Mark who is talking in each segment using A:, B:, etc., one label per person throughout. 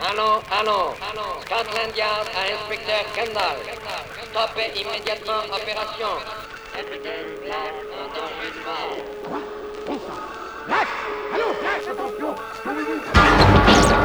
A: Allô, allô, Scotland Yard à l'inspecteur Kendall. Stoppez immédiatement opération. Capitaine Black en danger de mort.
B: Lâche Allô, lâche Attention Sauvez-vous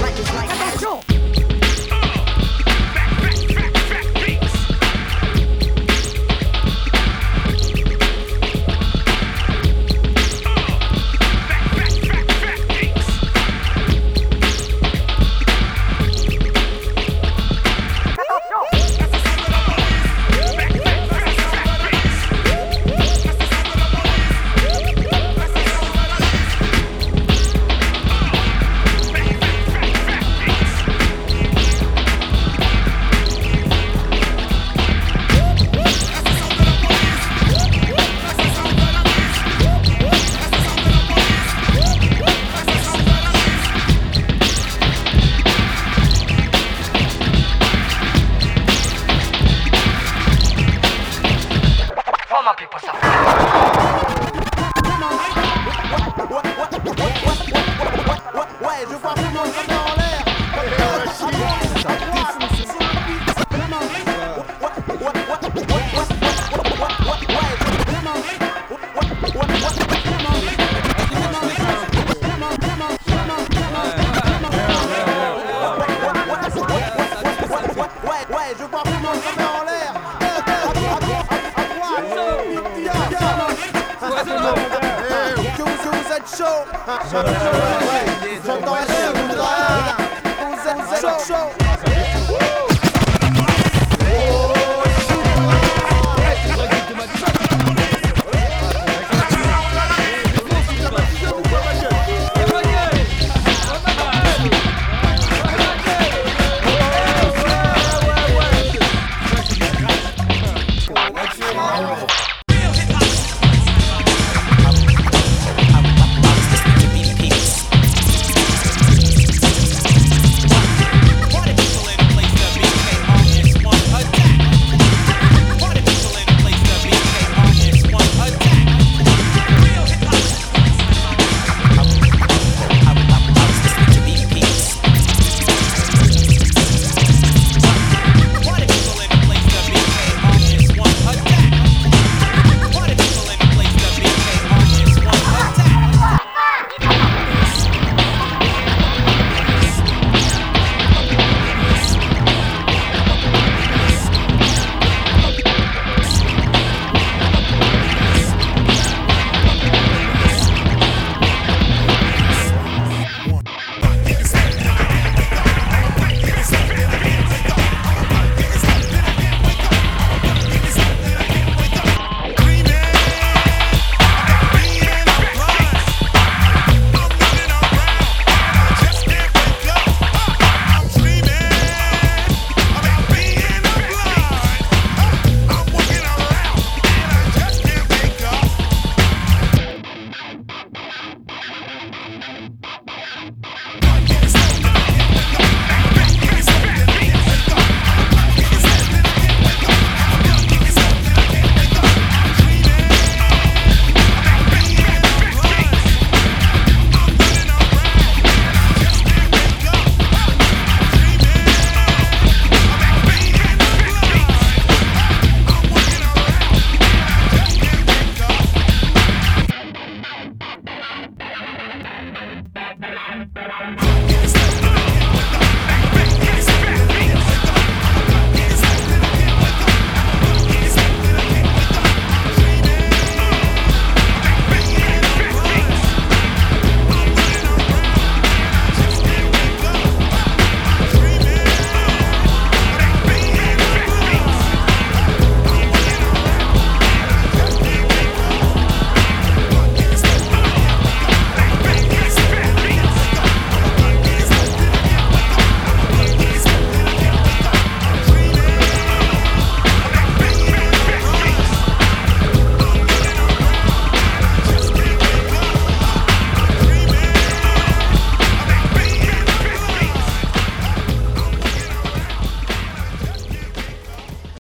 B: Attention
C: Show! Show! Show! Show! Show!